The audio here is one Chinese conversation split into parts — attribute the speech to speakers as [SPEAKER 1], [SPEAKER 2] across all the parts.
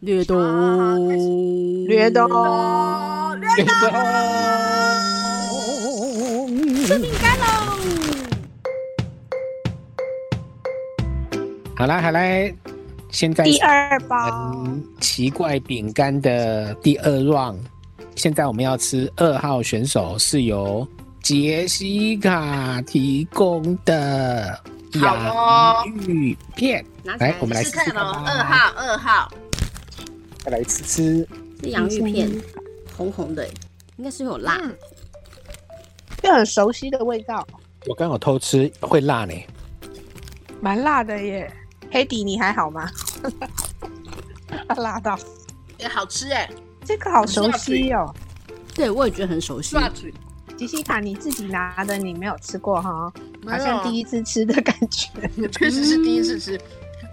[SPEAKER 1] 掠夺
[SPEAKER 2] 啊开，
[SPEAKER 3] 略懂，
[SPEAKER 2] 哦，热吃饼干喽！
[SPEAKER 4] 好啦好啦，现在
[SPEAKER 3] 第
[SPEAKER 4] 是
[SPEAKER 3] 二包，
[SPEAKER 4] 嗯奇怪饼干的第二 round，现在我们要吃二号选手是由杰西卡提供的
[SPEAKER 2] 好哦
[SPEAKER 4] 洋芋片，
[SPEAKER 1] 拿起
[SPEAKER 4] 来我们来
[SPEAKER 1] 试
[SPEAKER 4] 试
[SPEAKER 1] 看
[SPEAKER 4] 试看
[SPEAKER 1] 哦，
[SPEAKER 4] 吧
[SPEAKER 1] 二号，二号
[SPEAKER 4] 再来吃吃。
[SPEAKER 1] 是洋芋片，红红的，应该是有辣。
[SPEAKER 3] 就很熟悉的味道，
[SPEAKER 4] 我刚好偷吃会辣呢，
[SPEAKER 3] 蛮辣的耶。黑迪，你还好吗？辣到
[SPEAKER 2] 也好吃哎，
[SPEAKER 3] 这个好熟悉哦。
[SPEAKER 1] 啊对，我也觉得很熟悉。
[SPEAKER 2] 刷嘴，
[SPEAKER 3] 吉西卡，你自己拿的，你没有吃过哈，好像第
[SPEAKER 2] 一，
[SPEAKER 3] 一次吃的感觉。
[SPEAKER 2] 确实是第一次吃，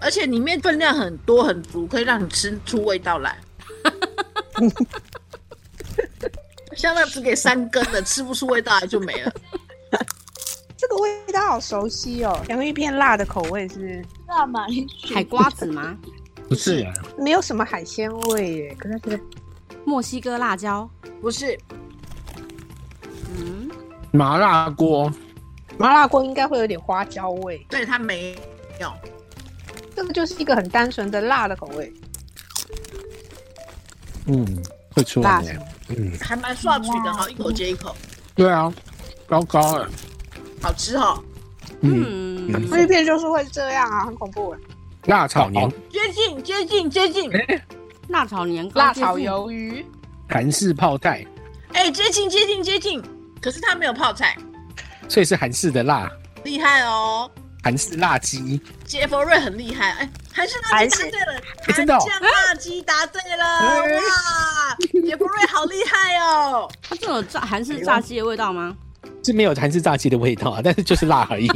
[SPEAKER 2] 而且里面分量很多很足，可以让你吃出味道来。像那只给三根的，吃不出味道来就没了。
[SPEAKER 3] 这个味道好熟悉哦，洋芋片辣的口味是不是
[SPEAKER 5] 辣马铃
[SPEAKER 1] 海瓜子吗？
[SPEAKER 4] 不是啊，
[SPEAKER 3] 没有什么海鲜味耶，可是这个
[SPEAKER 1] 墨西哥辣椒？
[SPEAKER 2] 不是，
[SPEAKER 1] 嗯，
[SPEAKER 4] 麻辣锅，
[SPEAKER 3] 麻辣锅应该会有点花椒味，
[SPEAKER 2] 对它没有，
[SPEAKER 3] 这个就是一个很单纯的辣的口味，
[SPEAKER 4] 嗯，会出
[SPEAKER 3] 辣
[SPEAKER 4] 来
[SPEAKER 3] 什
[SPEAKER 4] 呢
[SPEAKER 3] 么，
[SPEAKER 4] 嗯，
[SPEAKER 2] 还蛮刷嘴的哈，一口接一口，
[SPEAKER 4] 对啊，糟糕了，
[SPEAKER 2] 好吃哈。
[SPEAKER 4] 嗯，
[SPEAKER 1] 嗯，
[SPEAKER 3] 洋芋片就是会这样啊，很恐怖耶。
[SPEAKER 4] 辣炒年
[SPEAKER 2] 接近，接近，接近，
[SPEAKER 1] 辣炒年糕，
[SPEAKER 3] 辣炒鱿鱼，
[SPEAKER 4] 韩式泡菜，
[SPEAKER 2] 哎、接近，接近，接近。可是它没有泡菜，
[SPEAKER 4] 所以是韩式的辣，
[SPEAKER 2] 厉害哦。
[SPEAKER 4] 韩式辣鸡，
[SPEAKER 2] 杰佛瑞很厉害，哎、还是辣鸡答对了，
[SPEAKER 4] 还是哎真的哦
[SPEAKER 2] 酱辣鸡答对了，
[SPEAKER 4] 哎
[SPEAKER 2] 哇，杰佛瑞好厉害哦！
[SPEAKER 1] 它这种炸韩式炸鸡的味道吗？
[SPEAKER 4] 是没有韩式炸鸡的味道啊，但是就是辣而 已。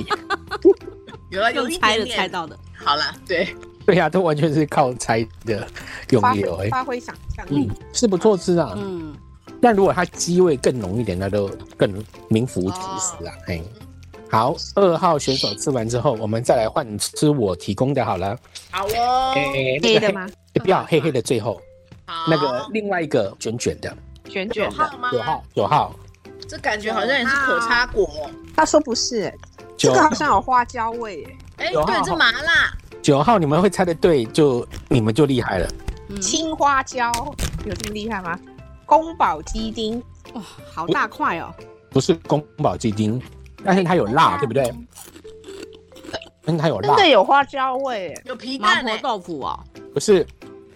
[SPEAKER 2] 有了，有
[SPEAKER 1] 用
[SPEAKER 2] 哎
[SPEAKER 1] 猜
[SPEAKER 2] 一点
[SPEAKER 1] 的猜
[SPEAKER 2] 点，
[SPEAKER 1] 到的。
[SPEAKER 2] 好了，对，
[SPEAKER 4] 对呀、啊，都完全是靠猜的用
[SPEAKER 3] 发
[SPEAKER 4] 油哎、
[SPEAKER 3] 挥发挥想象力
[SPEAKER 4] 嗯。，是不错吃啊。
[SPEAKER 1] 嗯，
[SPEAKER 4] 但如果它鸡味更浓一点，那就更名副其实啊。
[SPEAKER 3] 哦
[SPEAKER 4] 哎、好，二号选手吃完之后，我们再来换吃我提供的好了。
[SPEAKER 2] 好哦，
[SPEAKER 4] 哎、
[SPEAKER 3] 黑
[SPEAKER 4] 那个
[SPEAKER 3] 的吗？嗯哦
[SPEAKER 4] 黑哎不要黑黑的，最后
[SPEAKER 2] 好，
[SPEAKER 4] 那个另外一个卷卷的
[SPEAKER 3] 卷
[SPEAKER 2] 九
[SPEAKER 3] 卷的，
[SPEAKER 2] 号吗？
[SPEAKER 4] 九号九号
[SPEAKER 2] 这感觉好像也是可差果哦，
[SPEAKER 3] 他说不是耶，这
[SPEAKER 4] 九
[SPEAKER 3] 个好像有花椒味欸耶，
[SPEAKER 2] 哎、
[SPEAKER 4] 九号
[SPEAKER 2] 对，这麻辣，
[SPEAKER 4] 九号，你们会猜的对，就你们就厉害了。
[SPEAKER 1] 嗯
[SPEAKER 3] 青花椒有这么厉害吗？宫保鸡丁，
[SPEAKER 1] 哇，好大块哦！
[SPEAKER 4] 不是宫保鸡丁，但是它有辣，对不对？但是它有
[SPEAKER 3] 真
[SPEAKER 4] 辣，
[SPEAKER 3] 的有花椒味欸耶，
[SPEAKER 2] 有皮
[SPEAKER 1] 麻
[SPEAKER 2] 蛋哎、
[SPEAKER 1] 婆豆腐哦，
[SPEAKER 4] 不是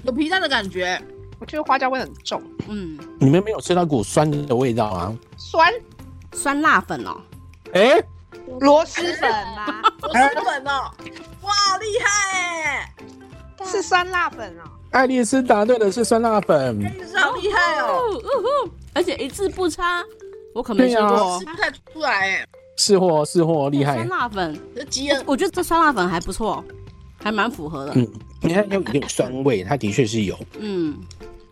[SPEAKER 2] 有皮蛋的感觉，
[SPEAKER 3] 我觉得花椒味很重，
[SPEAKER 1] 嗯，
[SPEAKER 4] 你们没有吃到股酸的味道啊？
[SPEAKER 3] 酸
[SPEAKER 1] 酸辣粉哦，
[SPEAKER 4] 哎、
[SPEAKER 3] 螺蛳
[SPEAKER 1] 粉
[SPEAKER 3] 粉
[SPEAKER 1] 吧？
[SPEAKER 2] 我是粉哦，哇，厉害哎、
[SPEAKER 3] 啊是酸辣粉哦，
[SPEAKER 4] 爱丽丝答对的是酸辣粉。
[SPEAKER 2] 哎，你好厉害哦，
[SPEAKER 1] 哦，呜呼而且一字不差，我可没吃
[SPEAKER 4] 对啊
[SPEAKER 1] 过
[SPEAKER 2] 吃
[SPEAKER 1] 哦。
[SPEAKER 2] 不太出来哎、
[SPEAKER 4] 是货是货，厉害
[SPEAKER 1] 酸！辣粉，
[SPEAKER 2] 这鸡肉
[SPEAKER 1] 我觉得这酸辣粉还不错，还蛮符合的。
[SPEAKER 4] 嗯你看有有酸味，它的确是有
[SPEAKER 1] 嗯，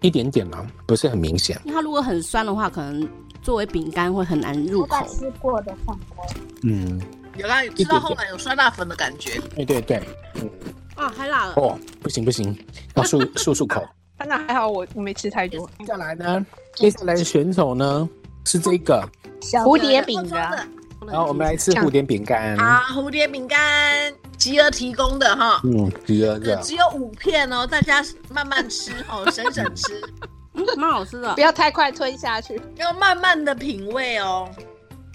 [SPEAKER 4] 一点点嘛，不是很明显。
[SPEAKER 1] 因为它如果很酸的话，可能作为饼干会很难入
[SPEAKER 5] 我把
[SPEAKER 1] 口。
[SPEAKER 5] 吃过的放过。
[SPEAKER 4] 嗯，
[SPEAKER 2] 有啦，有吃到后来有酸辣粉的感觉，
[SPEAKER 4] 对对对，
[SPEAKER 1] 啊，太辣了！
[SPEAKER 4] 哦，不行不行，要漱漱漱口。
[SPEAKER 3] 那还好我我没吃太多。
[SPEAKER 4] 接下来呢，接下来的选手呢是这个，
[SPEAKER 5] 小
[SPEAKER 3] 蝴蝶饼的啊
[SPEAKER 2] 包装
[SPEAKER 4] 然后我们来吃蝴蝶饼干
[SPEAKER 2] 的。啊，蝴蝶饼干，吉儿提供的哈，
[SPEAKER 4] 嗯，第二
[SPEAKER 2] 呃
[SPEAKER 4] 个
[SPEAKER 2] 只有五片哦，大家慢慢吃哦，省省吃，
[SPEAKER 1] 嗯，蛮好吃的
[SPEAKER 3] 不。要太快吞下去。
[SPEAKER 2] 要慢慢的品味哦，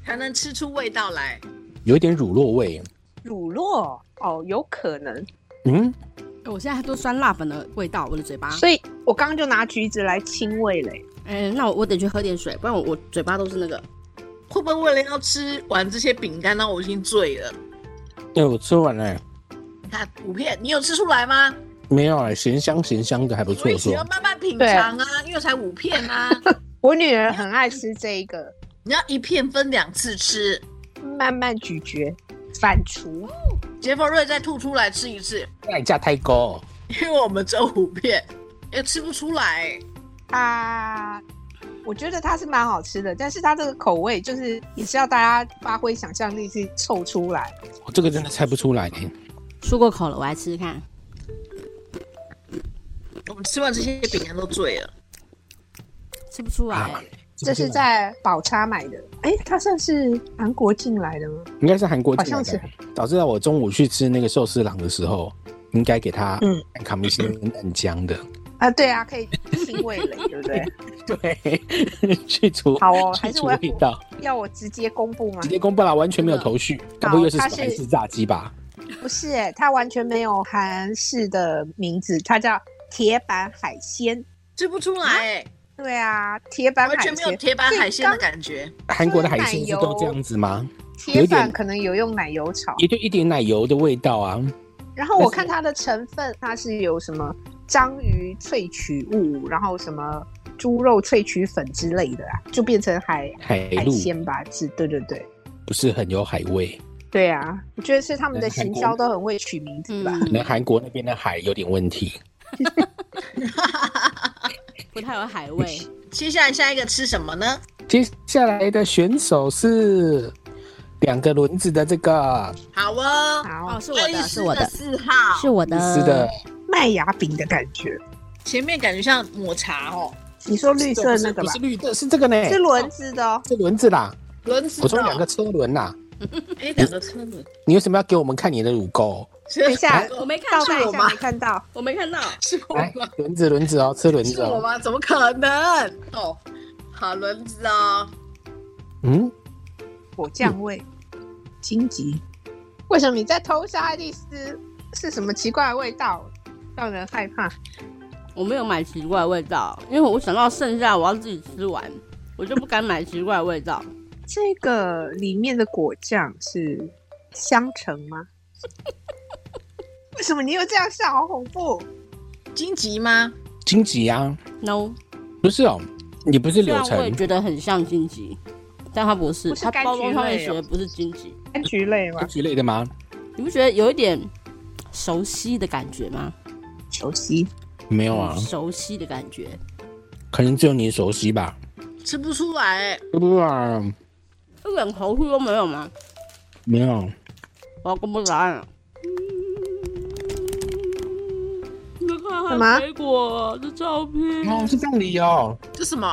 [SPEAKER 2] 才能吃出味道来。
[SPEAKER 4] 有一点乳酪味。
[SPEAKER 3] 乳酪哦，有可能。
[SPEAKER 4] 嗯，
[SPEAKER 1] 哎我现在还都酸辣粉的味道，我的嘴
[SPEAKER 5] 啊
[SPEAKER 1] 巴。
[SPEAKER 3] 所以我刚刚就拿橘子来清味嘞。
[SPEAKER 1] 哎，那我我得去喝点水，不然我我嘴巴都是那个。
[SPEAKER 2] 会不会为了要吃完这些饼干，然后我已经醉了？
[SPEAKER 4] 对我吃完了、
[SPEAKER 2] 你看五片，你有吃出来吗？
[SPEAKER 4] 没有哎、咸香咸香的还不
[SPEAKER 2] 所
[SPEAKER 4] 错
[SPEAKER 2] 以，你
[SPEAKER 4] 说
[SPEAKER 2] 要慢慢品尝啊，因为才五片 啊，
[SPEAKER 3] 我女儿很爱吃这一个，
[SPEAKER 2] 你要一片分两次吃。
[SPEAKER 3] 慢慢咀嚼，反刍。
[SPEAKER 2] 杰佛瑞再吐出来吃一次，
[SPEAKER 4] 代价太高哦、
[SPEAKER 2] 因为我们只有五片，也吃不出来。
[SPEAKER 3] 啊，我觉得它是蛮好吃的，但是它这个口味就是也是要大家发挥想象力去凑出来。
[SPEAKER 4] 我哦这个真的猜不出来、
[SPEAKER 1] 漱过口了，我来吃吃看。
[SPEAKER 2] 我们吃完这些饼干都醉了。
[SPEAKER 1] 吃不出来、
[SPEAKER 4] 啊
[SPEAKER 3] 这是在宝叉买的。哎，它算是韩国进来的吗？
[SPEAKER 4] 应该是韩国
[SPEAKER 3] 好
[SPEAKER 4] 进来
[SPEAKER 3] 像
[SPEAKER 4] 的，导致到我中午去吃那个寿司郎的时候，应该给他
[SPEAKER 3] 嗯
[SPEAKER 4] 卡米辛跟蛋浆的。
[SPEAKER 3] 啊，对啊，可以清味蕾，对不 对？
[SPEAKER 4] 对， 去除
[SPEAKER 3] 好哦，还
[SPEAKER 4] 去
[SPEAKER 3] 是
[SPEAKER 4] 除
[SPEAKER 3] 我要
[SPEAKER 4] 味道，
[SPEAKER 3] 要我直接公布吗
[SPEAKER 4] 直？接公布了，完全没有头绪。该不会又是什么
[SPEAKER 3] 它是
[SPEAKER 4] 韩式炸鸡吧？
[SPEAKER 3] 不是、欸，它完全没有韩式的名字，它叫铁板海鲜。
[SPEAKER 2] 吃不出来、欸，
[SPEAKER 3] 对啊，铁板
[SPEAKER 2] 完
[SPEAKER 3] 海
[SPEAKER 2] 全
[SPEAKER 3] 鲜
[SPEAKER 2] 没有铁板海鲜的感觉。
[SPEAKER 4] 韩国的海鲜是
[SPEAKER 3] 奶油
[SPEAKER 4] 都这样子吗？
[SPEAKER 3] 铁
[SPEAKER 4] 有
[SPEAKER 3] 板
[SPEAKER 4] 点
[SPEAKER 3] 可能有用奶油炒，
[SPEAKER 4] 也就一点奶油的味道啊。
[SPEAKER 3] 然后我看它的成分，它是有什么章鱼萃取物，然后什么猪肉萃取粉之类的啊，就变成海
[SPEAKER 4] 海
[SPEAKER 3] 海
[SPEAKER 4] 陆
[SPEAKER 3] 鲜吧，是，对对对，
[SPEAKER 4] 不是很有海味，
[SPEAKER 3] 对啊，我觉得是他们的
[SPEAKER 4] 那韩
[SPEAKER 3] 行
[SPEAKER 4] 国
[SPEAKER 3] 销都很会取名
[SPEAKER 1] 嗯
[SPEAKER 3] 字吧。
[SPEAKER 4] 可能韩国那边的海有点问题。
[SPEAKER 1] 不太有海味。
[SPEAKER 2] 接下来下一个吃什么呢？
[SPEAKER 4] 接下来的选手是两个轮子的这个，
[SPEAKER 2] 好哦，
[SPEAKER 1] 哦，
[SPEAKER 3] 好，
[SPEAKER 1] 是我的，是我
[SPEAKER 2] 的
[SPEAKER 1] 的，
[SPEAKER 2] 四号，
[SPEAKER 1] 是我的。
[SPEAKER 4] 是的，
[SPEAKER 3] 麦芽饼的感觉，
[SPEAKER 2] 前面感觉像抹茶哦，
[SPEAKER 3] 你说绿色那
[SPEAKER 4] 这
[SPEAKER 3] 个
[SPEAKER 4] 不
[SPEAKER 3] 吧
[SPEAKER 4] 是，绿的，是这个呢？
[SPEAKER 3] 是轮子的哦。
[SPEAKER 4] 是轮子啦，
[SPEAKER 2] 轮子、哦。
[SPEAKER 4] 我说两个，车轮啦。
[SPEAKER 2] 哎，两个车轮。
[SPEAKER 4] 你为什么要给我们看你的乳沟？
[SPEAKER 2] 等
[SPEAKER 3] 一
[SPEAKER 4] 哎
[SPEAKER 3] 下
[SPEAKER 1] 我没看
[SPEAKER 3] 倒
[SPEAKER 1] 到
[SPEAKER 3] 带一
[SPEAKER 2] 是我吗
[SPEAKER 3] 下，没看到。
[SPEAKER 1] 我没看到，
[SPEAKER 2] 是我
[SPEAKER 4] 来
[SPEAKER 2] 吗？，
[SPEAKER 4] 哎轮子轮子哦，车轮
[SPEAKER 2] 是
[SPEAKER 4] 子
[SPEAKER 2] 我
[SPEAKER 4] 哦。
[SPEAKER 2] 吗？怎么可能？哦，好轮子哦，
[SPEAKER 4] 嗯，
[SPEAKER 3] 果酱味，荆棘。为什么你在偷笑爱丽丝？是什么奇怪的味道，让人害怕？
[SPEAKER 1] 我没有买奇怪的味道，因为我想到剩下我要自己吃完，我就不敢买奇怪的味道。
[SPEAKER 3] 这个里面的果酱是香橙吗？为什么你又这样笑？好恐怖！
[SPEAKER 2] 荆棘吗？
[SPEAKER 4] 荆棘啊，
[SPEAKER 1] No，
[SPEAKER 4] 不是哦，你不是
[SPEAKER 1] 虽
[SPEAKER 4] 啊柳
[SPEAKER 1] 然我也
[SPEAKER 4] 橙，
[SPEAKER 1] 觉得很像荆棘，但它不是，
[SPEAKER 3] 不是
[SPEAKER 1] 它
[SPEAKER 3] 柑
[SPEAKER 1] 包
[SPEAKER 3] 橘
[SPEAKER 1] 装上面
[SPEAKER 3] 类
[SPEAKER 1] 写
[SPEAKER 3] 哦
[SPEAKER 1] 的不是荆棘。
[SPEAKER 3] 柑橘类
[SPEAKER 4] 柑
[SPEAKER 3] 吗？
[SPEAKER 4] 橘类的吗？
[SPEAKER 1] 你不觉得有一点熟悉的感觉吗？
[SPEAKER 3] 熟悉。
[SPEAKER 4] 没有啊，
[SPEAKER 1] 熟悉的感觉。
[SPEAKER 4] 可能只有你熟悉吧。
[SPEAKER 2] 吃不出来、
[SPEAKER 4] 对不啊，
[SPEAKER 1] 一点头绪都没有吗？
[SPEAKER 4] 没有，
[SPEAKER 1] 我要公布答案了。你看
[SPEAKER 3] 什
[SPEAKER 1] 它
[SPEAKER 3] 么
[SPEAKER 1] 水果的照片
[SPEAKER 4] 哦，是凤梨哦，
[SPEAKER 2] 这什么？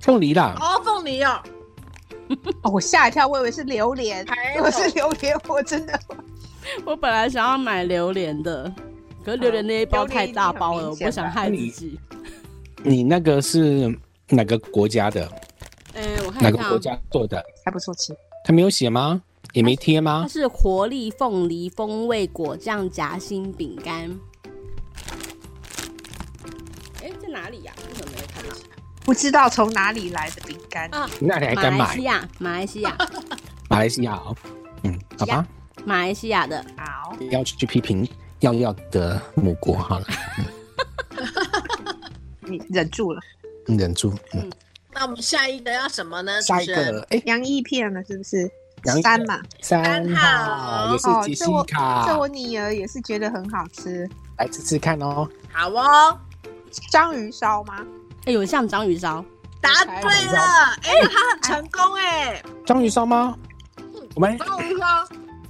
[SPEAKER 4] 凤梨啦，
[SPEAKER 2] 哦，凤梨哦，
[SPEAKER 3] 哦，我吓一跳，我以为是榴莲。
[SPEAKER 2] 还
[SPEAKER 3] 如
[SPEAKER 2] 有
[SPEAKER 3] 果是榴莲，我真的
[SPEAKER 1] 我本来想要买榴莲的，可是榴莲那一包太大包了，我不想害自己。
[SPEAKER 4] 你那个是哪个国家的？
[SPEAKER 1] 哎、我看
[SPEAKER 4] 哪
[SPEAKER 1] 一
[SPEAKER 4] 个
[SPEAKER 1] 下、
[SPEAKER 4] 国家做的？
[SPEAKER 3] 还不错吃。
[SPEAKER 4] 他没有写吗？也没贴
[SPEAKER 1] 它
[SPEAKER 4] 吗？
[SPEAKER 1] 是活力凤梨风味果酱夹心饼干。哎、在哪里呀、为什么没有看到？
[SPEAKER 3] 不知道从哪里来的饼干，
[SPEAKER 1] 啊，
[SPEAKER 4] 那你还敢
[SPEAKER 1] 马来
[SPEAKER 4] 买
[SPEAKER 1] 西？亚，马来西亚，
[SPEAKER 4] 马来西亚哦，嗯，好吧，
[SPEAKER 1] 马来西亚的。
[SPEAKER 3] 好，
[SPEAKER 4] 不要去批评耀耀的母国好了，
[SPEAKER 3] 你忍住了。
[SPEAKER 4] 忍住。嗯
[SPEAKER 2] 那我们下一个要什么呢？
[SPEAKER 4] 下一
[SPEAKER 2] 主持人
[SPEAKER 4] 个，哎，
[SPEAKER 3] 洋芋片了是不是
[SPEAKER 4] 洋芋？片
[SPEAKER 3] 三嘛，
[SPEAKER 4] 三号
[SPEAKER 2] 号
[SPEAKER 4] 也
[SPEAKER 3] 哦
[SPEAKER 4] 是杰西
[SPEAKER 3] 这我这
[SPEAKER 4] 卡
[SPEAKER 3] 我，女儿也是觉得很好吃。
[SPEAKER 4] 来吃吃看哦。
[SPEAKER 2] 好哦，
[SPEAKER 3] 章鱼烧吗？
[SPEAKER 1] 哎、有像章鱼烧，
[SPEAKER 2] 答对了，哎、他很成功哎、
[SPEAKER 4] 章鱼烧吗？我们
[SPEAKER 2] 那我就说，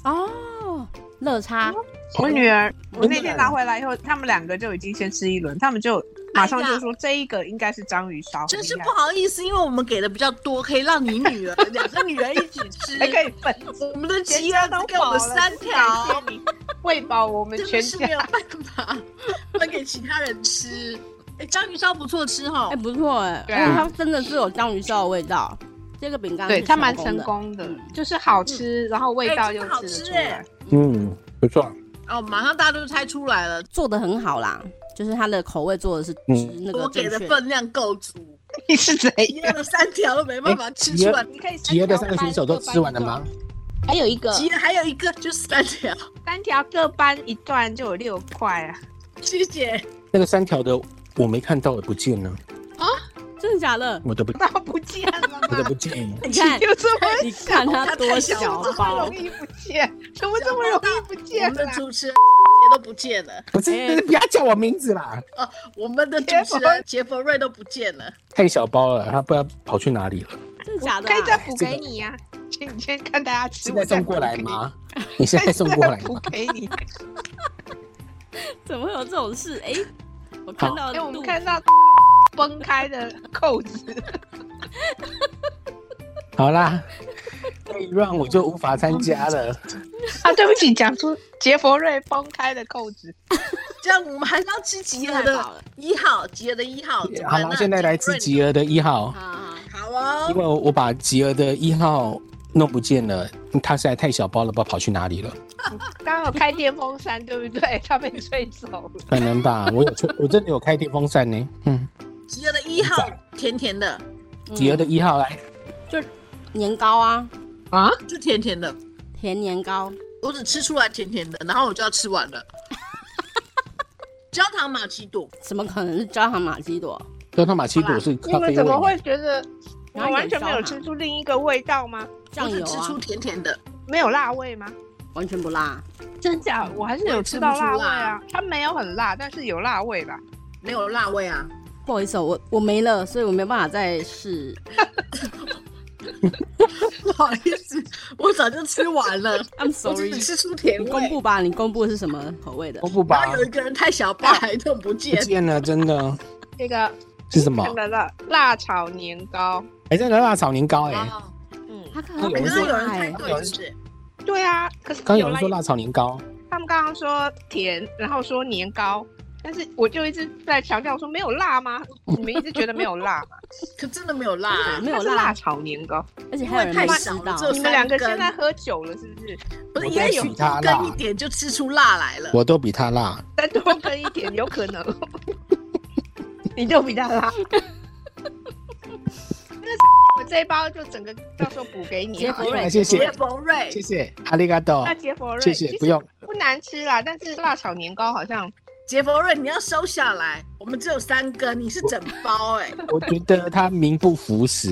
[SPEAKER 1] 哦，乐差，
[SPEAKER 3] 我女儿，
[SPEAKER 4] 嗯
[SPEAKER 3] 我那天拿回来以后，他们两个就已经先吃一轮，他们就马上就说这一个应该是章鱼烧，
[SPEAKER 2] 真是
[SPEAKER 3] 很厉
[SPEAKER 2] 不
[SPEAKER 3] 害
[SPEAKER 2] 好意思，因为我们给的比较多，可以让你女儿两个女儿一起吃。
[SPEAKER 3] 哎还可以分，
[SPEAKER 2] 我们的吉儿都给我们三条，
[SPEAKER 3] 感谢你喂饱我们
[SPEAKER 2] 真
[SPEAKER 3] 全
[SPEAKER 2] 的是没
[SPEAKER 3] 家。
[SPEAKER 2] 有办法分给其他人吃。哎、章鱼烧不错吃哈、
[SPEAKER 1] 哎、不错哎、
[SPEAKER 3] 对
[SPEAKER 1] 而
[SPEAKER 3] 啊
[SPEAKER 1] 且它真的是有章鱼烧的味道。这个饼干
[SPEAKER 3] 对嗯
[SPEAKER 1] 是
[SPEAKER 3] 它蛮
[SPEAKER 1] 的
[SPEAKER 3] 成功的，就是好吃，然后味道又吃得出来
[SPEAKER 2] 嗯哎。
[SPEAKER 4] 嗯，不错，
[SPEAKER 2] 哦，马上大家都猜出来了，
[SPEAKER 1] 做的很好啦，就是它的口味做的是
[SPEAKER 4] 嗯
[SPEAKER 1] 是那个
[SPEAKER 2] 我给的
[SPEAKER 1] 正确
[SPEAKER 2] 分量够足，
[SPEAKER 3] 你是谁？
[SPEAKER 2] 吉儿的三条都没办法吃出来。
[SPEAKER 3] 你可以三条
[SPEAKER 4] 企鹅的哎三个选手都吃完了
[SPEAKER 3] 掰
[SPEAKER 4] 吗
[SPEAKER 3] 一？段？还有一个
[SPEAKER 2] 吉儿呃还有一个就是三条，
[SPEAKER 3] 三条各搬一段就有六块啊！
[SPEAKER 2] 谢谢。
[SPEAKER 4] 那个三条的我没看到，也不见了，
[SPEAKER 1] 真的假 的？
[SPEAKER 4] 我都不，
[SPEAKER 3] 那不见 了
[SPEAKER 4] 我都不
[SPEAKER 3] 吗？
[SPEAKER 4] 见了。
[SPEAKER 1] 你看，
[SPEAKER 3] 就这么
[SPEAKER 1] 你看它多小
[SPEAKER 3] 这么
[SPEAKER 1] 包
[SPEAKER 3] 容，易不见，怎么这么容易不
[SPEAKER 2] 我
[SPEAKER 3] 见啊
[SPEAKER 2] 们的
[SPEAKER 3] 了？
[SPEAKER 2] 主持人也都不见了，
[SPEAKER 4] 不是，不要叫我名字啦，
[SPEAKER 2] 我们的主持人杰佛瑞都不见了。
[SPEAKER 4] 太小包了，他不知道跑去哪里了。
[SPEAKER 1] 真的假的
[SPEAKER 3] 可以再
[SPEAKER 1] 啊？
[SPEAKER 3] 补给你呀、请你先看大家吃，
[SPEAKER 4] 现
[SPEAKER 3] 我
[SPEAKER 4] 在送过来吗？ 你现在送过来
[SPEAKER 3] 补
[SPEAKER 4] 吗？
[SPEAKER 3] 给你。
[SPEAKER 1] 怎么会有这种事？哎，我看到
[SPEAKER 3] 哎、我
[SPEAKER 1] 肚
[SPEAKER 3] 们
[SPEAKER 1] 子
[SPEAKER 3] 看到 崩开的扣子，
[SPEAKER 4] 好啦，这一 round 我就无法参加了。
[SPEAKER 3] 啊，对不起，讲出杰佛瑞崩开的扣子，
[SPEAKER 2] 这样我们还是要吃吉
[SPEAKER 1] 太
[SPEAKER 2] 儿
[SPEAKER 1] 饱
[SPEAKER 2] 的
[SPEAKER 1] 了，
[SPEAKER 2] 一号，吉儿的一号。怎么
[SPEAKER 4] 好
[SPEAKER 2] 办
[SPEAKER 4] 啦，
[SPEAKER 2] 那
[SPEAKER 4] 现在来
[SPEAKER 2] 杰
[SPEAKER 4] 自
[SPEAKER 2] 瑞
[SPEAKER 4] 吉儿的一号，
[SPEAKER 1] 好好好
[SPEAKER 2] 好哦
[SPEAKER 4] 因，为我把吉儿的一号弄不见了，它实在太小包了，不知道跑去哪里了。
[SPEAKER 3] 刚好开电风扇，对不对？他被吹走了。
[SPEAKER 4] 可能吧，我有吹，我真的有开电风扇呢。 嗯，
[SPEAKER 2] 吉儿的一号甜甜的，
[SPEAKER 4] 吉儿的
[SPEAKER 1] 嗯
[SPEAKER 4] 一号来，
[SPEAKER 1] 年糕啊，
[SPEAKER 3] 啊，
[SPEAKER 2] 就甜甜的，
[SPEAKER 1] 甜年糕，
[SPEAKER 2] 我只吃出来甜甜的，然后我就要吃完了。焦糖玛奇朵，
[SPEAKER 1] 怎么可能是焦糖玛奇朵？
[SPEAKER 4] 跟他马奇朵是
[SPEAKER 3] 你
[SPEAKER 4] 咖
[SPEAKER 3] 们
[SPEAKER 4] 啡
[SPEAKER 3] 怎
[SPEAKER 4] 味
[SPEAKER 3] 么
[SPEAKER 4] 嘛。
[SPEAKER 3] 会觉得我
[SPEAKER 1] 哪里
[SPEAKER 3] 完全没有
[SPEAKER 1] 有
[SPEAKER 3] 吃
[SPEAKER 1] 烧
[SPEAKER 3] 出另一个味道吗？
[SPEAKER 2] 我
[SPEAKER 1] 酱
[SPEAKER 2] 只
[SPEAKER 1] 油
[SPEAKER 2] 吃
[SPEAKER 1] 啊
[SPEAKER 2] 出，甜甜的，
[SPEAKER 3] 没有辣味吗？
[SPEAKER 1] 完全不辣，
[SPEAKER 3] 真假？我还是
[SPEAKER 2] 我也
[SPEAKER 3] 有
[SPEAKER 2] 吃
[SPEAKER 3] 吃
[SPEAKER 2] 不
[SPEAKER 3] 到
[SPEAKER 2] 出
[SPEAKER 3] 辣味
[SPEAKER 2] 辣
[SPEAKER 3] 啊，它没有很辣，但是有辣味吧？
[SPEAKER 2] 没有辣味啊。
[SPEAKER 1] 不好意思哦，我我没了，所以我没办法再试。
[SPEAKER 2] 不好意思，我早就吃完 了，
[SPEAKER 1] I'm
[SPEAKER 2] 我只
[SPEAKER 1] sorry，
[SPEAKER 2] 吃出甜
[SPEAKER 1] 你公
[SPEAKER 2] 味。
[SPEAKER 1] 布吧，你公布是什么口味的
[SPEAKER 4] 我？不
[SPEAKER 2] 然
[SPEAKER 4] 把
[SPEAKER 2] 后有一个人太小包还弄不
[SPEAKER 4] 不
[SPEAKER 2] 见，
[SPEAKER 4] 见了，真的
[SPEAKER 3] 这个
[SPEAKER 4] 是 什么
[SPEAKER 3] 看？得到辣炒年糕，
[SPEAKER 4] 还在那辣炒年糕哎，
[SPEAKER 2] 哦
[SPEAKER 3] 嗯，
[SPEAKER 1] 他可
[SPEAKER 4] 有
[SPEAKER 1] 能
[SPEAKER 2] 刚
[SPEAKER 4] 人
[SPEAKER 2] 刚
[SPEAKER 4] 说
[SPEAKER 2] 有人猜
[SPEAKER 4] 有
[SPEAKER 2] 对
[SPEAKER 4] 人
[SPEAKER 2] 是不是？
[SPEAKER 3] 对啊，可是
[SPEAKER 4] 刚有
[SPEAKER 3] 有
[SPEAKER 4] 人
[SPEAKER 3] 辣
[SPEAKER 4] 说辣炒年糕，
[SPEAKER 3] 他们刚刚说甜，然后说年糕，但是我就一直在强调说没有辣 吗？你们一直觉得没有 辣吗？
[SPEAKER 2] 可真的没有辣、啊，
[SPEAKER 1] 没有
[SPEAKER 3] 它是
[SPEAKER 1] 辣
[SPEAKER 3] 辣炒年糕。
[SPEAKER 1] 而且还有人没吃
[SPEAKER 2] 因为太
[SPEAKER 1] 到
[SPEAKER 2] 少，了
[SPEAKER 3] 你们两个
[SPEAKER 2] 三根
[SPEAKER 3] 现在喝酒了是不是？
[SPEAKER 2] 不是
[SPEAKER 4] 我都
[SPEAKER 2] 也许
[SPEAKER 4] 比
[SPEAKER 2] 多
[SPEAKER 4] 他
[SPEAKER 2] 跟
[SPEAKER 4] 辣
[SPEAKER 2] 一点就吃出辣来了。
[SPEAKER 4] 我都比他辣。
[SPEAKER 3] 再多跟一点有可能， 你就比较辣。 那我这一包就整个到时候补给你
[SPEAKER 1] 杰
[SPEAKER 3] 好
[SPEAKER 1] 佛
[SPEAKER 3] 了。
[SPEAKER 1] 瑞，
[SPEAKER 4] 谢谢
[SPEAKER 1] 杰
[SPEAKER 2] 杰
[SPEAKER 1] 佛瑞
[SPEAKER 2] 佛瑞
[SPEAKER 4] 谢，谢，阿里嘎多
[SPEAKER 3] 那，杰佛瑞，
[SPEAKER 4] 哦谢谢，不用，
[SPEAKER 3] 不难吃啦，但是辣炒年糕好像
[SPEAKER 2] 杰佛瑞，你要收下来，我们只有三根，你是整包 哎、
[SPEAKER 4] 我觉得他名不符实，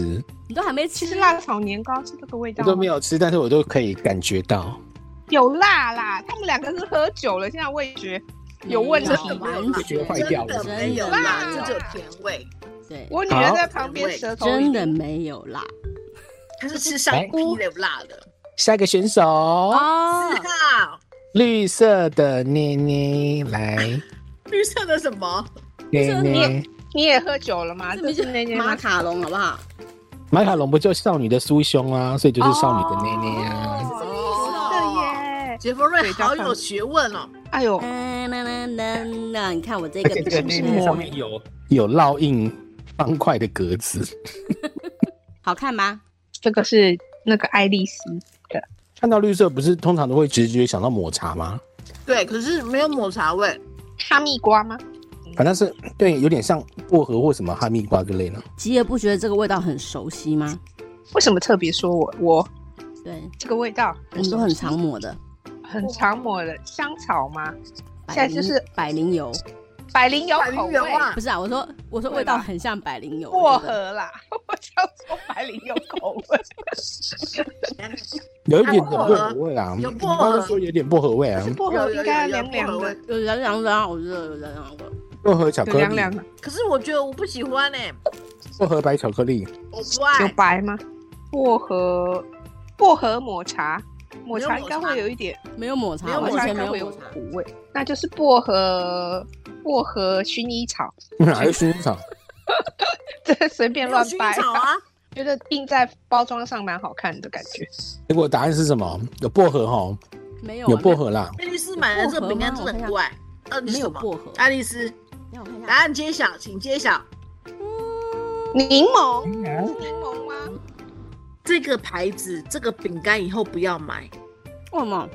[SPEAKER 1] 你都还没
[SPEAKER 3] 其
[SPEAKER 1] 吃
[SPEAKER 3] 实，辣炒年糕是这个味
[SPEAKER 4] 我
[SPEAKER 3] 道吗，
[SPEAKER 4] 都没有吃，但是我都可以感觉到。
[SPEAKER 3] 有辣啦。他们两个是喝酒了，现在味觉
[SPEAKER 1] 嗯
[SPEAKER 3] 有问题。
[SPEAKER 2] 没有
[SPEAKER 1] 完
[SPEAKER 2] 味
[SPEAKER 1] 全
[SPEAKER 4] 觉坏掉了
[SPEAKER 2] 真的没有
[SPEAKER 3] 真
[SPEAKER 2] 辣，
[SPEAKER 3] 的
[SPEAKER 2] 就只有甜味。
[SPEAKER 1] 对，
[SPEAKER 3] 我女儿在旁边舌头
[SPEAKER 1] 真的没有辣
[SPEAKER 2] 他是吃香菇的辣的，
[SPEAKER 4] 下一个选手，
[SPEAKER 1] 哦
[SPEAKER 3] 嗯
[SPEAKER 2] 四号
[SPEAKER 4] 绿色的捏捏来，
[SPEAKER 2] 绿色的什么？
[SPEAKER 4] 捏捏，
[SPEAKER 3] 你也喝酒了吗？
[SPEAKER 1] 这
[SPEAKER 3] 啊就
[SPEAKER 1] 不
[SPEAKER 3] 是那
[SPEAKER 1] 是
[SPEAKER 3] 些
[SPEAKER 1] 马
[SPEAKER 3] 吗？
[SPEAKER 1] 卡龙好不好？
[SPEAKER 4] 马卡龙不就少女的酥胸啊，所以就是少女的捏捏啊。
[SPEAKER 1] 哦什么意哦
[SPEAKER 3] 真的耶！
[SPEAKER 2] 杰佛瑞
[SPEAKER 3] 对加
[SPEAKER 2] 好
[SPEAKER 3] 上
[SPEAKER 2] 有学问哦，
[SPEAKER 3] 哎呦，
[SPEAKER 1] 嗯啦啦啦啦，你看我这
[SPEAKER 4] 而
[SPEAKER 1] 个
[SPEAKER 4] 且
[SPEAKER 1] 比
[SPEAKER 4] 这个
[SPEAKER 1] 较
[SPEAKER 4] 内
[SPEAKER 1] 吃
[SPEAKER 4] 内
[SPEAKER 1] 得
[SPEAKER 4] 上
[SPEAKER 1] 上
[SPEAKER 4] 面
[SPEAKER 1] 面
[SPEAKER 4] 有有烙印方块的格子，
[SPEAKER 1] 好看吗？
[SPEAKER 3] 这个是那个爱丽丝。
[SPEAKER 4] 看到绿色不是通常都会直觉想到抹茶吗？
[SPEAKER 2] 对，可是没有抹茶味，
[SPEAKER 3] 哈密瓜吗？
[SPEAKER 4] 反正是对，有点像薄荷或什么哈密瓜之类的。
[SPEAKER 1] 吉尔不觉得这个味道很熟悉吗？
[SPEAKER 3] 为什么特别说我我
[SPEAKER 1] 对，
[SPEAKER 3] 这个味道？
[SPEAKER 1] 我们都很常抹的，
[SPEAKER 3] 很常抹的香草吗？
[SPEAKER 1] 百
[SPEAKER 3] 现在
[SPEAKER 1] 灵
[SPEAKER 3] 就是
[SPEAKER 1] 百灵油，
[SPEAKER 3] 百灵油
[SPEAKER 2] 百
[SPEAKER 3] 口
[SPEAKER 2] 灵
[SPEAKER 3] 味
[SPEAKER 2] 油，啊
[SPEAKER 1] 不，是啊，我说我说
[SPEAKER 3] 对吧
[SPEAKER 1] 味道很像百灵油，
[SPEAKER 3] 薄
[SPEAKER 1] 我觉得
[SPEAKER 3] 荷啦，我叫说百灵油口味。
[SPEAKER 4] 有一点点薄荷味啊，
[SPEAKER 2] 有
[SPEAKER 4] 你
[SPEAKER 2] 薄荷
[SPEAKER 4] 刚刚说有点薄荷味啊，
[SPEAKER 3] 薄
[SPEAKER 2] 有
[SPEAKER 3] 荷
[SPEAKER 2] 有
[SPEAKER 3] 应
[SPEAKER 2] 有
[SPEAKER 3] 该
[SPEAKER 2] 有
[SPEAKER 3] 凉
[SPEAKER 2] 薄荷
[SPEAKER 3] 凉的
[SPEAKER 2] 味，，
[SPEAKER 1] 有凉凉的啊，我觉得有凉凉的，
[SPEAKER 4] 薄荷巧
[SPEAKER 3] 有
[SPEAKER 4] 克
[SPEAKER 3] 凉
[SPEAKER 4] 力，
[SPEAKER 3] 凉的，
[SPEAKER 2] 可是我觉得我不喜欢哎、
[SPEAKER 4] 薄荷白巧克力，
[SPEAKER 2] 我不
[SPEAKER 3] 有
[SPEAKER 2] 爱。
[SPEAKER 3] 白吗？薄荷，薄荷抹茶，抹茶应该会有一点，
[SPEAKER 1] 没有抹茶
[SPEAKER 2] 没，有
[SPEAKER 1] 完
[SPEAKER 2] 抹茶
[SPEAKER 1] 全没
[SPEAKER 3] 应该
[SPEAKER 1] 有
[SPEAKER 3] 会有
[SPEAKER 1] 抹茶，
[SPEAKER 3] 苦味，那就是薄荷，薄荷薰衣草，
[SPEAKER 4] 哪是薰衣草？
[SPEAKER 3] 这随便
[SPEAKER 2] 没有
[SPEAKER 3] 乱
[SPEAKER 2] 薰
[SPEAKER 3] 掰
[SPEAKER 2] 衣，草啊，
[SPEAKER 3] 觉得印在包装上蛮好看的感觉。
[SPEAKER 4] 结果答案是什么？有薄荷哈，
[SPEAKER 1] 没有啊
[SPEAKER 4] 有薄，荷啦。
[SPEAKER 2] 爱丽丝买的这个饼干真的很怪。呃，你
[SPEAKER 1] 没
[SPEAKER 2] 是
[SPEAKER 1] 有
[SPEAKER 2] 什么？
[SPEAKER 1] 薄荷，
[SPEAKER 2] 爱丽丝，
[SPEAKER 1] 让我看一
[SPEAKER 2] 答
[SPEAKER 1] 下，
[SPEAKER 2] 案揭晓，请揭晓。
[SPEAKER 3] 嗯柠檬是柠檬吗？
[SPEAKER 2] 这个牌子这个饼干以后不要买，
[SPEAKER 1] 为什么？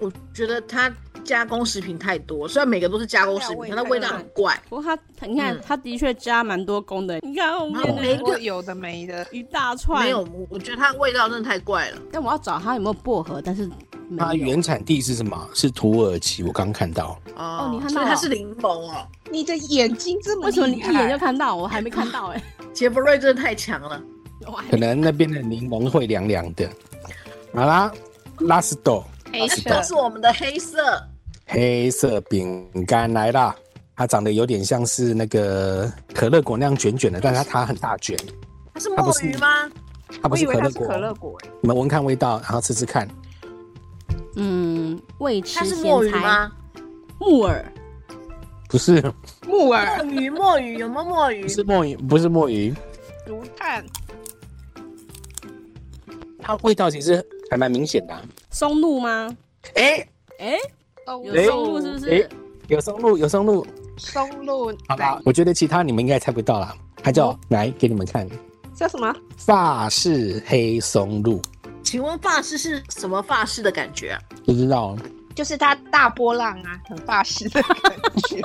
[SPEAKER 2] 我觉得它加工食品太多，虽然每个都是加工食品，但它味道很怪。
[SPEAKER 1] 不过它它你看
[SPEAKER 2] 嗯
[SPEAKER 1] 它的确加蛮多工的，你看后面
[SPEAKER 2] 然后每
[SPEAKER 1] 那
[SPEAKER 2] 个
[SPEAKER 3] 我有的没的。
[SPEAKER 1] 一大串，
[SPEAKER 2] 没有，我觉得它的味道真的太怪了。
[SPEAKER 1] 但我要找它有没有薄荷，但是没有。
[SPEAKER 4] 它原产地是什么？是土耳其，我刚看到。
[SPEAKER 2] 哦
[SPEAKER 1] 你看
[SPEAKER 2] 所
[SPEAKER 1] 到
[SPEAKER 2] 以
[SPEAKER 1] 了
[SPEAKER 2] 它是柠檬哦。
[SPEAKER 3] 你的眼睛这么
[SPEAKER 1] 为什么你
[SPEAKER 3] 厉
[SPEAKER 1] 一
[SPEAKER 3] 害
[SPEAKER 1] 眼就看到？我还没看到哎、
[SPEAKER 2] 杰弗瑞真的太强了，
[SPEAKER 1] 我还
[SPEAKER 4] 可
[SPEAKER 1] 没
[SPEAKER 4] 能那边的柠檬会凉凉的。好啦，拉斯豆
[SPEAKER 3] 黑
[SPEAKER 2] 都
[SPEAKER 3] 色？
[SPEAKER 2] 是我们的黑色，
[SPEAKER 4] 黑色饼干来啦，它长得有点像是那个可乐果那样卷卷的，但是它它很大卷，
[SPEAKER 2] 它是
[SPEAKER 4] 它不
[SPEAKER 2] 墨
[SPEAKER 4] 是
[SPEAKER 2] 鱼吗？
[SPEAKER 4] 它不
[SPEAKER 3] 我以
[SPEAKER 4] 是
[SPEAKER 3] 为
[SPEAKER 4] 可
[SPEAKER 3] 它
[SPEAKER 4] 乐
[SPEAKER 3] 是
[SPEAKER 4] 果。
[SPEAKER 3] 可乐果欸，
[SPEAKER 4] 你们闻看味道，然后吃吃看。
[SPEAKER 1] 嗯，未吃
[SPEAKER 2] 它是墨
[SPEAKER 1] 先
[SPEAKER 2] 鱼
[SPEAKER 1] 猜
[SPEAKER 2] 吗？
[SPEAKER 1] 木耳，
[SPEAKER 4] 不是，
[SPEAKER 3] 木耳、
[SPEAKER 2] 墨鱼，墨鱼有没有墨鱼
[SPEAKER 4] 不？是墨鱼，不是墨鱼，
[SPEAKER 3] 竹炭、
[SPEAKER 4] 它味道其实还蛮明显的啊、
[SPEAKER 1] 松露吗？
[SPEAKER 4] 哎、
[SPEAKER 1] 哎、
[SPEAKER 3] 松
[SPEAKER 1] 有松露是不是？
[SPEAKER 4] 有松露，有松露，
[SPEAKER 3] 松露
[SPEAKER 4] 好吧
[SPEAKER 3] 奶，
[SPEAKER 4] 我觉得其他你们应该猜不到啦。它
[SPEAKER 3] 嗯
[SPEAKER 4] 叫、来给你们看，
[SPEAKER 3] 叫什么？
[SPEAKER 4] 法式黑松露，
[SPEAKER 2] 请问发饰是什么发饰的感觉、啊？
[SPEAKER 4] 不知道
[SPEAKER 3] 就是它大波浪啊，很法式的感觉。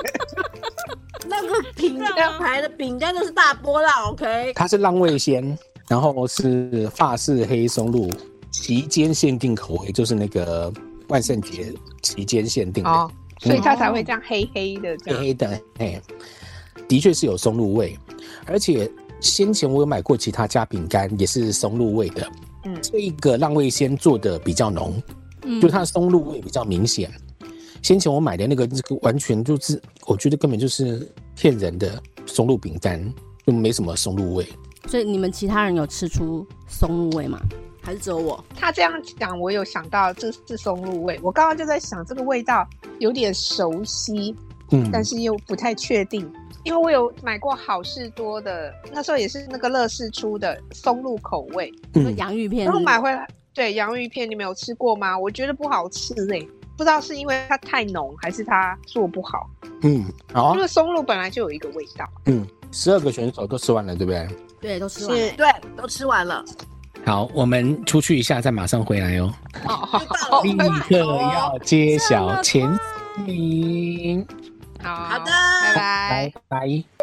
[SPEAKER 2] 那个饼
[SPEAKER 1] 干
[SPEAKER 2] 干牌的饼干都是大波浪，OK？
[SPEAKER 4] 它是浪味仙，然后是法式黑松露期间限定口味，就是那个万圣节期间限定的，
[SPEAKER 3] 哦，所以它才会这样黑黑的这
[SPEAKER 4] 黑
[SPEAKER 3] 样。
[SPEAKER 4] 黑的，哎、的确是有松露味，而且先前我有买过其他家饼干，也是松露味的，
[SPEAKER 3] 嗯
[SPEAKER 4] 这一个浪味仙做的比较浓，
[SPEAKER 1] 嗯
[SPEAKER 4] 就它的松露味比较明显。先前我买的那个，这个完全就是，我觉得根本就是骗人的松露饼干，就没什么松露味。
[SPEAKER 1] 所以你们其他人有吃出松露味吗？还是只有我？
[SPEAKER 3] 他这样讲，我有想到这是松露味。我刚刚就在想，这个味道有点熟悉，
[SPEAKER 4] 嗯，
[SPEAKER 3] 但是又不太确定，因为我有买过好事多的，那时候也是那个乐事出的松露口味，
[SPEAKER 1] 就
[SPEAKER 4] 嗯，
[SPEAKER 1] 洋芋片是不
[SPEAKER 3] 然后
[SPEAKER 1] 是
[SPEAKER 3] 买回来，对洋芋片，你们有吃过吗？我觉得不好吃哎、不知道是因为它太浓，还是它做不好。
[SPEAKER 4] 嗯，好
[SPEAKER 3] 因，为松露本来就有一个味道，
[SPEAKER 4] 十二个选手都吃完了，对不对？
[SPEAKER 1] 对，都吃完了。
[SPEAKER 2] 对，都吃完了，
[SPEAKER 4] 好，我们出去一下，再马上回来哦。
[SPEAKER 3] 哦，
[SPEAKER 2] 到
[SPEAKER 4] 立刻要揭晓前名。
[SPEAKER 3] 好
[SPEAKER 2] 好的
[SPEAKER 3] 拜
[SPEAKER 4] 拜
[SPEAKER 3] 拜。
[SPEAKER 4] 拜。